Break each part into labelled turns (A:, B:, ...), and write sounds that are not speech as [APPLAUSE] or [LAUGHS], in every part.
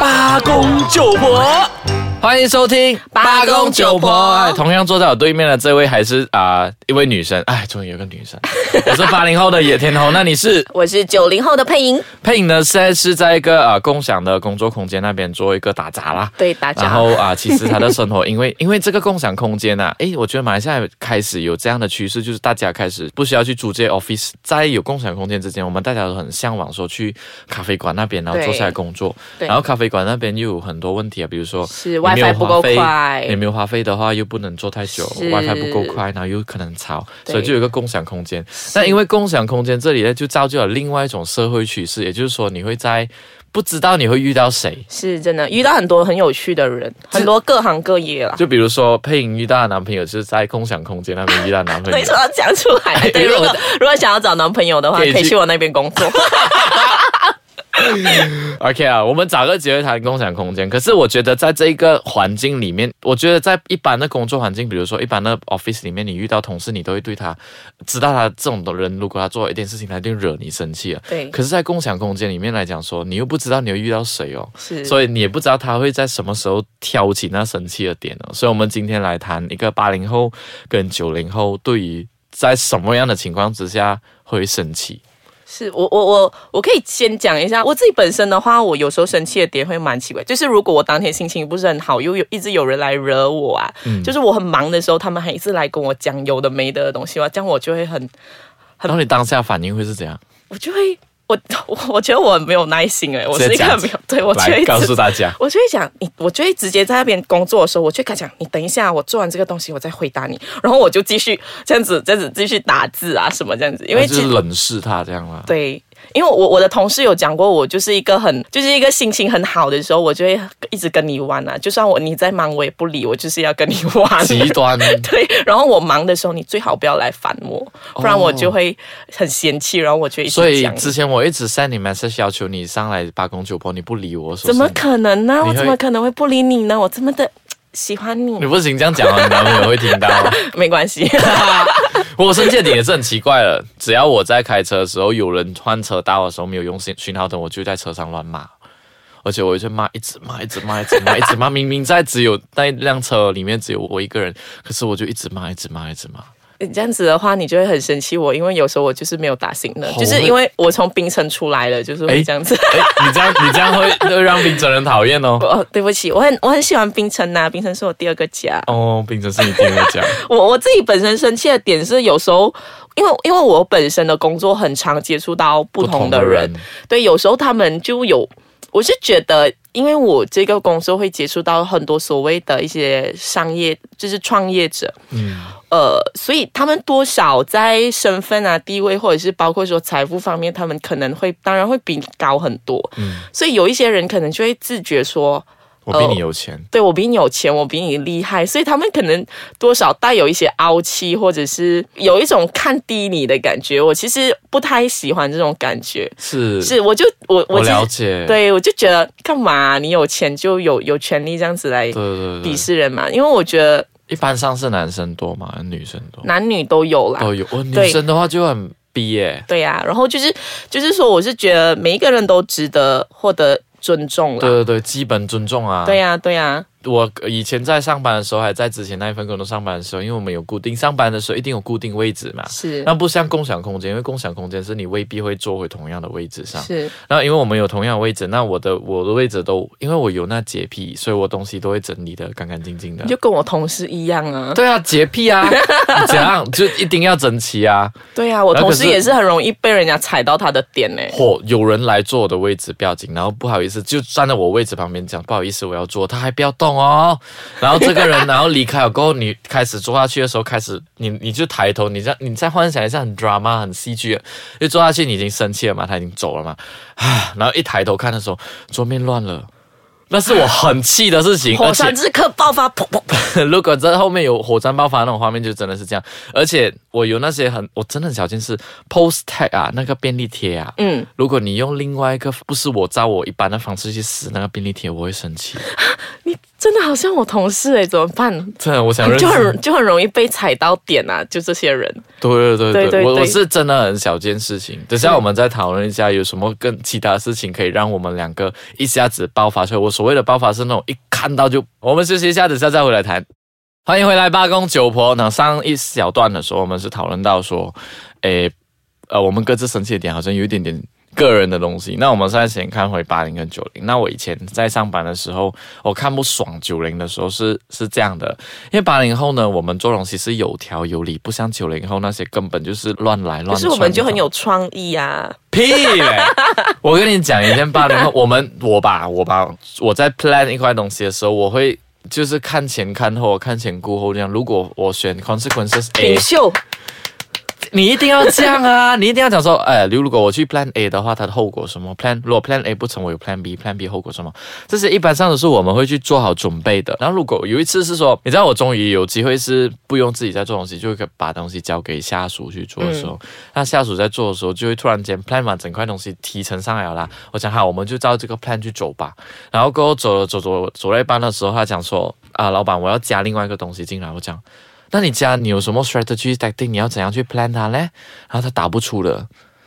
A: 啊
B: 九婆。
A: 欢迎收听
C: 八公九婆
A: 哎同样坐在我对面的这位还是啊、一位女生，哎，终于有个女
C: [LAUGHS]
A: 生。我是八零后的野天红，那你是
C: 我是九零后的配音，
A: 配影呢？现在是在一个呃共享的工作空间那边做一个打杂啦。
C: 对打杂
A: 然后啊、其实他的生活，因
C: [LAUGHS]
A: 为因为这个共享空间啊，诶，我觉得马来西亚开始有这样的趋势，就是大家开始不需要去租借 office，在有共享空间之间，我们大家都很向往说去咖啡馆那边，然后
C: 对
A: 坐下来工作。
C: 对
A: 然后咖啡馆那边又有很多问题啊，比如说
C: 是
A: 你没有
C: WiFi 不够
A: 花费
C: 快
A: 你没有花费的话又不能坐太久
C: 是
A: ，WiFi 不够快，然后又可能吵，
C: 对
A: 所以就有一个共享空间。那因为共享空间这里呢，就造就了另外一种社会趋势，也就是说你会在不知道你会遇到谁。
C: 是真的遇到很多很有趣的人，很多各行各业啦。
A: 就比如说配音遇到的男朋友，就是在共享空间那边遇到男朋
C: [LAUGHS] 为
A: 友
C: 什。么要讲出来？对，
A: 因为我
C: 如果如果想要找男朋友的话，
A: 可以去
C: 可以去我那边工
A: [LAUGHS]
C: 作。
A: [LAUGHS] OK 啊，我们找个机会谈共享空间。可是我觉得在这一个环境里面，我觉得在一般的工作环境，比如说一般的 office 里面，你遇到同事，你都会对他知道他这种的人，如果他做了一件事情，他一定惹你生气了。啊
C: 对
A: 可是，在共享空间里面来讲说，你又不知道你会遇到谁哦，
C: 是
A: 所以你也不知道他会在什么时候挑起那生气的点哦。所以，我们今天来谈一个八零后跟九零后对于在什么样的情况之下会生气。
C: 是我我我我可以先讲一下我自己本身的话，我有时候生气的点会蛮奇怪，就是如果我当天心情不是很好，又有一直有人来惹我啊，
A: 嗯
C: 就是我很忙的时候，他们还一直来跟我讲有的没的东西哇，这样我就会很，很
A: 然后你当下反应会是怎样？
C: 我就会我我我觉得我很没有耐心哎、我是
A: 直
C: 一
A: 接
C: 个
A: 讲
C: 没有对我就
A: 来
C: 会
A: 告
C: 直
A: 诉大家。
C: 我就会讲你，我就会直接在那边工作的时候，我就会跟他讲，你等一下，我做完这个东西，我再回答你。然后我就继续这样子，这样子继续打字啊什么这样 [LAUGHS] 子，因为
A: 就
C: 其
A: 是
C: 实
A: 冷视他这样啦。
C: 对，因为我我的同事有讲过，我就是一个很就是一个心情很好的时候，我就会一直跟你玩啊，就算我你在忙，我也不理，我就是要跟你 [LAUGHS] 玩。
A: 极端。
C: 对，然后我忙的时候，你最好不要来烦我，不然
A: 哦
C: 我就会很嫌弃，然后我就一
A: 所
C: 直
A: 以
C: 讲。
A: 之前我一直 send 你 message 要求你上来八公九婆，你不理我，说
C: 怎么
A: 是
C: 可能呢？
A: 会
C: 我怎么可能会不理你呢？我这么的喜欢你
A: 你，不行这样讲哦，你男朋友会听到。
C: 没关系。
A: 我生气的点也是很奇怪了，只要我在开车的时候，有人换车道的时候没有用信讯号灯，我就在车上乱骂，而且我会去骂，一直骂，一直骂，一直骂，一直骂。明明在只有那一辆车里面只有我一个人，可是我就一直骂，一直骂，一直骂。
C: 你这样子的话，你就会很生气我，因为有时候我就是没有打醒的，
A: 好
C: 就是因为我从冰城出来了，就是会
A: 哎
C: 这样子。 [LAUGHS]
A: 哎，你这样你这样会会让冰城人讨厌哦。
C: 哦，对不起，我很我很喜欢冰城呐、冰城是我第二个家。
A: [LAUGHS] 哦，冰城是你听我讲。
C: 我我自己本身生气的点是，有时候因为因为我本身的工作很常接触到不同的
A: 不同
C: 人，
A: 的人
C: 对，有时候他们就有，我是觉得。因为我这个工作会接触到很多所谓的一些商业，就是创业者，
A: 嗯。
C: 呃，所以他们多少在身份啊、地位，或者是包括说财富方面，他们可能会当然会比你高很多。
A: 嗯
C: 所以有一些人可能就会自觉说，
A: 我比你有钱。
C: 对我比你有钱，我比你厉害，所以他们可能多少带有一些傲气，或者是有一种看低你的感觉。我其实不太喜欢这种感觉，
A: 是，
C: 是我就我
A: 我
C: 其实
A: 了解。
C: 对我就觉得干嘛你有钱就有有权利这样子来
A: 对对对
C: 鄙视人嘛？因为我觉得
A: 一般上是男生多嘛，女生多
C: 男女都有啦，
A: 都有。哦，女
C: 对
A: 生的话就很逼耶、
C: 对呀、然后就是就是说，我是觉得每一个人都值得获得尊重
A: 对啊
C: 了。
A: 对对，基本尊重啊。
C: 对、呀、对呀、
A: 我以前在上班的时候，还在之前那一份工作上班的时候，因为我们有固定上班的时候一定有固定位置嘛。
C: 是
A: 那不像共享空间，因为共享空间是你未必会坐回同样的位置上。
C: 是
A: 那因为我们有同样的位置，那我的我的位置都因为我有那洁癖，所以我东西都会整理的干干净净的
C: 你。就跟我同事一样啊。
A: 对啊，洁癖啊，你怎样就一定要整齐啊。
C: 对呀、我
A: 然后
C: 同
A: 可
C: 事
A: 是
C: 也是很容易被人家踩到他的点呢、欸
A: 或有人来坐我的位置不要紧，然后不好意思就站在我位置旁边讲不好意思我要坐，他还不要动哦。然后这个人然后离开了过后，你开始坐下去的时候开始你你就抬头，你再你再幻想一下很 drama 很戏剧，就坐下去你已经生气了嘛，他已经走了嘛，啊，然后一抬头看的时候桌面乱了。那是我很气的事情，
C: 火
A: 而且。
C: 山之刻爆发，噗噗
A: [LAUGHS]
C: 噗！
A: 如果在后面有火山爆发那种画面，就真的是这样。而且我有那些很，我真的很小心是 post tag 啊，那个便利贴啊，
C: 嗯，
A: 如果你用另外一个不是我照我一般的方式去撕那个便利贴，我会生气。欸
C: 你真的好像我同事哎、怎么办？
A: 真的，我想认识
C: [LAUGHS] 就很就很容易被踩到点啊，就这些人。
A: 对对对
C: 对对嗯
A: 我我
C: 对
A: 是真的很小件事情。等下我们再讨论一下有什么更其他事情可以让我们两个一下子爆发出来。我所谓的爆发是那种一看到就，我们休息一下，等下再回来谈。欢迎回来，八公九婆。那上一小段的时候，我们是讨论到说，诶，呃，我们各自生气的点好像有一点点个人的东西。那我们现在先看回八零跟九零。那我以前在上班的时候，我看不爽九零的时候是是这样的，因为八零后呢，我们做东西是有条有理，不像九零后那些根本就是乱来乱。
C: 可是我们就很有创意啊，
A: 屁嘞！我跟你讲，以前八零后，我们我吧，我吧，我在 plan 一块东西的时候，我会就是看前看后，看前顾后这样。如果我选 consequences A，
C: 领袖。
A: 你一定要这样啊！你一定要讲说，哎，如果我去 Plan A 的话，它的后果什么？Plan 如果 Plan A 不成，我有 Plan B，Plan B 后果什么？这些一般上都是我们会去做好准备的。然后如果有一次是说，你知道我终于有机会是不用自己在做东西，就会把东西交给下属去做的时候，那下属在做的时候就会突然间 Plan 完整块东西提成上来了啦。我讲好，我们就照这个 Plan 去走吧。然后过后走了走走走到一半的时候，他讲说啊，老板，我要加另外一个东西进来。我讲。那你家你有什么 strategy tactic？你要怎样去 plan 它嘞？然后他打不出了，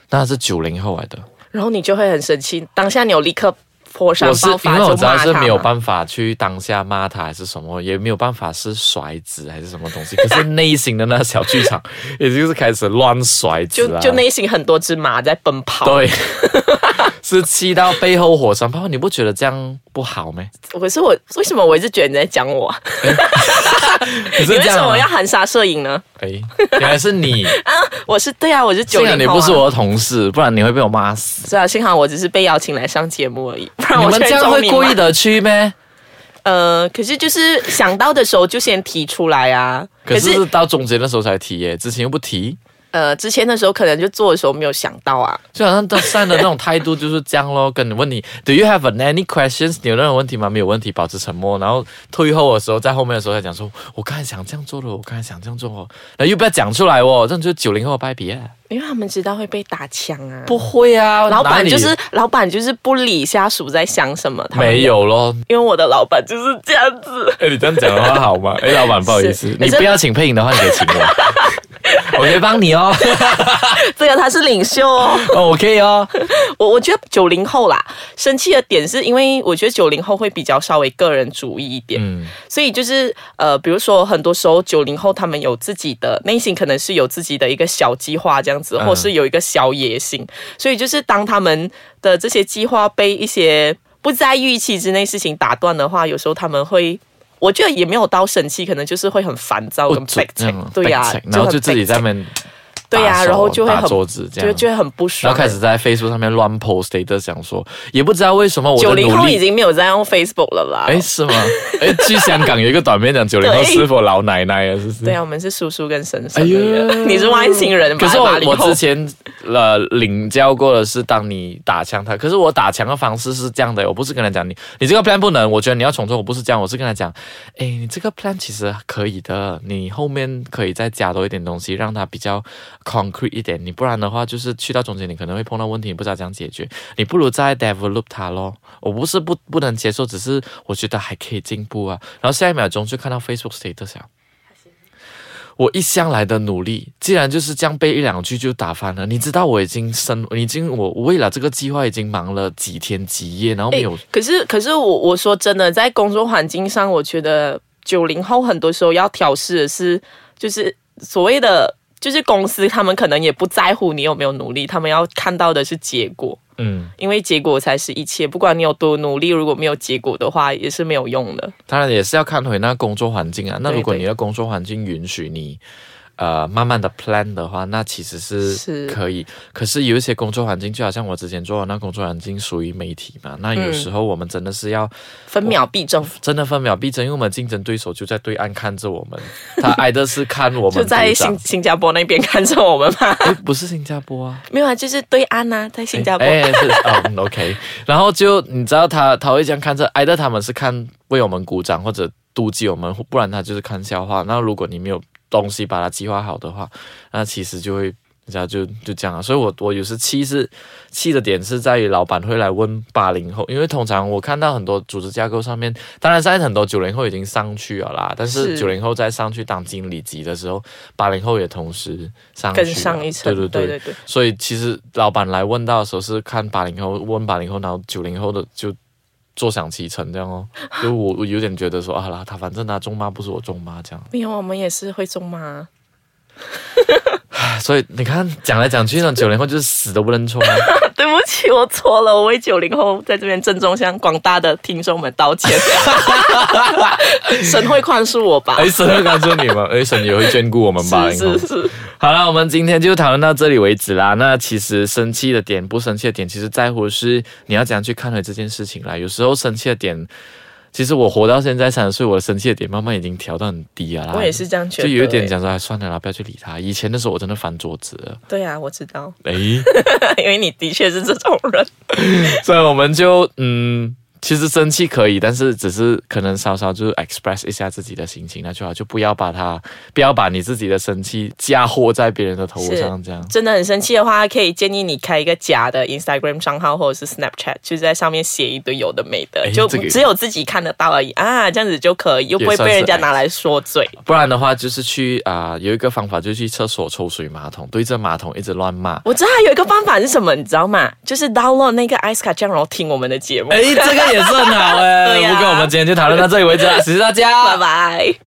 A: 那是九零后来的，
C: 然后你就会很生气，当下你有立刻火山
A: 我是
C: 爆
A: 因
C: 发
A: 为
C: 就
A: 我知道
C: 骂
A: 是
C: 他
A: 没有
C: 嘛。
A: 办法去当下骂他还是什么，也没有办法是甩子还是什么东西， [LAUGHS] 可是内心的那小剧场，也就是开始乱甩子
C: 就
A: 啊，
C: 就内心很多只马在奔跑。
A: 对，是气到背后火山炮，你不觉得这样不好吗？
C: 可是我为什么我一直觉得你在讲我？
A: 你是这
C: 你为什
A: 样啊
C: 么
A: 吗
C: 要？含沙射影呢？
A: 哎，原来是你，
C: 我是对啊，我是 [LAUGHS] 九
A: 幸
C: 零
A: 好
C: 后、
A: 你
C: 啊。
A: 不是我的同事，不然你会被我骂死。
C: 是啊，幸好我只是被邀请来上节目而已，不然
A: 你
C: 我
A: 们这
C: 全
A: 样
C: 中
A: 会
C: 你
A: 故
C: 嘛
A: 意的去咩？
C: 呃，可是就是想到的时候就先提出来啊。
A: 可是是到中间的时候才提耶，之前又不提，
C: 呃，之前的时候可能就做的时候没有想到啊。
A: 就好像他善的那种态度就是这样咯。跟你问你，Do you have any questions？你有任何问题吗？没有问题，保持沉默。然后退后的时候，在后面的时候才讲说，我刚才想这样做的，我刚才想这样做哦，然后又不要讲出来哦，这样就是九零后的败笔啊。
C: 因为他们知道会被打枪啊。
A: 不会啊，
C: 老
A: 哪
C: 板
A: 里
C: 就是老板就是不理下属在想什么，他们
A: 没，有咯。
C: 因为我的老板就是这样子。 [LAUGHS]
A: 哎，你这样讲的话好 [LAUGHS] 吗？哎，老板不好意思
C: 是，
A: 你不要请配音的话，你可以请我， [LAUGHS] 我可以帮你哦，
C: 这个他是领
A: [LAUGHS]
C: 袖哦，
A: 哦，我可以哦。
C: 我我觉得九零后啦，生气的点是因为我觉得九零后会比较稍微个人主义一点，
A: 嗯
C: 所以就是呃，比如说很多时候九零后他们有自己的内心，可能是有自己的一个小计划这样子，
A: 嗯
C: 或是有一个小野心，所以就是当他们的这些计划被一些不在预期之内事情打断的话，有时候他们会。我觉得也没有到生气，可能就是会很烦躁跟 b
A: 准
C: a
A: 这样啊
C: 对呀、
A: backtrack，然后
C: 很
A: 就自己
C: backtrack
A: 在那边
C: 对呀、
A: 打手
C: 然后就会
A: 打
C: 很
A: 桌子这
C: 就
A: 样，
C: 就会很不爽，
A: 然后开始在 Facebook 上面乱 post status，讲说也不知道为什么我
C: 九
A: 的
C: 零
A: 努
C: 后已
A: 力。
C: 经没有在用 Facebook 了啦。
A: 哎，是吗？哎，去香港有一个短片讲九零后
C: 对
A: 是否老奶奶啊，是不是？
C: 对啊，我们是叔叔跟婶婶。
A: 哎呦
C: 你是外星人吧？
A: 可是我
C: 80
A: 我
C: 后
A: 之前呃领教过的是，当你打枪他，可是我打枪的方式是这样的，我不是跟他讲你你这个 plan 不能，我觉得你要重做，我不是这样，我是跟他讲，哎，你这个 plan 其实可以的，你后面可以再加多一点东西，让它比较 concrete 一点，你不然的话就是去到中间你可能会碰到问题，你不知道怎样解决，你不如再 develop 它咯。我不是不不能接受，只是我觉得还可以进步啊。然后下一秒钟就看到 Facebook status 啊了。我一向来的努力，既然就是这样被一两句就打翻了，你知道我已经生，已经我我为了这个计划已经忙了几天几夜，然后没有，
C: 可是可是我我说真的，在工作环境上，我觉得九零后很多时候要调试的是，就是所谓的。就是公司，他们可能也不在乎你有没有努力，他们要看到的是结果，
A: 嗯，
C: 因为结果才是一切。不管你有多努力，如果没有结果的话，也是没有用的。
A: 当然也是要看回那工作环境啊。那
C: 对
A: 如果
C: 对
A: 你的工作环境允许你。呃，慢慢的 plan 的话，那其实是
C: 是
A: 可以。可是有一些工作环境，就好像我之前做的那工作环境属于媒体嘛，那有
C: 嗯
A: 时候我们真的是要
C: 分秒必争，
A: 真的分秒必争，因为我们竞争对手就在对岸看着我们，他挨的是看我们
C: [LAUGHS] 就在
A: 鼓掌
C: 新新加坡那边看着我们嘛。
A: 诶不是新加坡啊，
C: [LAUGHS] 没有啊，就是对岸呐、在新加坡。
A: 哎、哎是哦嗯，OK。然后就你知道他他会这样看着，挨着他们是看为我们鼓掌或者妒忌我们，不然他就是看笑话。那如果你没有东西把它计划好的话，那其实就会人家就就这样啊。所以我我有时气是气的点是在于老板会来问八零后，因为通常我看到很多组织架构上面，当然现在很多九零后已经上去了啦，但是
C: 是
A: 九零后在上去当经理级的时候，八零后也同时上去
C: 更
A: 了
C: 上一层，
A: 对对
C: 对
A: 对。所以其实老板来问到的时候是看八零后问八零后，然后九零后的就坐享其成这样 [LAUGHS] 哦。就我我有点觉得说啊啦，他反正他中妈不是我中妈这样。
C: 没有，我们也是会中吗？
A: 所以你看讲来讲去，那九零后就是死都不认错、啊。
C: 对不起，我错了，我为九零后在这边郑重向广大的听众们道
A: [LAUGHS]
C: 歉。神会宽恕我吧？
A: [LAUGHS] 哎，神会告诉你们，哎，神也会眷顾我们八零后
C: 是。是是，
A: 好了，我们今天就讨论到这里为止啦。那其实生气的点，不生气的点，其实在乎是你要怎样去看待这件事情啦。有时候生气的点，其实我活到现在三十岁，我的生气的点慢慢已经调到很低了啊啦。
C: 我也是这样觉
A: 哎就
C: 得。
A: 有一点
C: 哎
A: 讲说，哎，算了啦，不要去理他。以前的时候，我真的翻桌
C: [LAUGHS]
A: 子了。
C: 对啊，我知道， [LAUGHS]
A: 哎，
C: 因为你的确是这种人。
A: 所以我们就嗯，其实生气可以，但是只是可能稍稍就是 express 一下自己的心情，那就好，就不要把它，不要把你自己的生气嫁祸在别人的头上，这样。
C: 真的很生气的话，可以建议你开一个假的 Instagram 账号或者是 Snapchat，就是在上面写一堆有的没的，
A: 哎
C: 就
A: 这个
C: 只有自己看得到而已啊，这样子就可以，又不会
A: 也算
C: 被
A: 是哎
C: 人家拿来说嘴。
A: 不然的话，就是去啊、有一个方法，就是去厕所抽水马桶，对着马桶一直乱骂。
C: 我知道还有一个方法是什么，你知道吗？就是 download 那个 Ice 卡酱，然后听我们的节目。
A: 哎，这个也是很好哎、
C: 对呀 [LAUGHS]
A: 不过我们今天就讨论到这里为止了，谢谢大家，
C: 拜拜。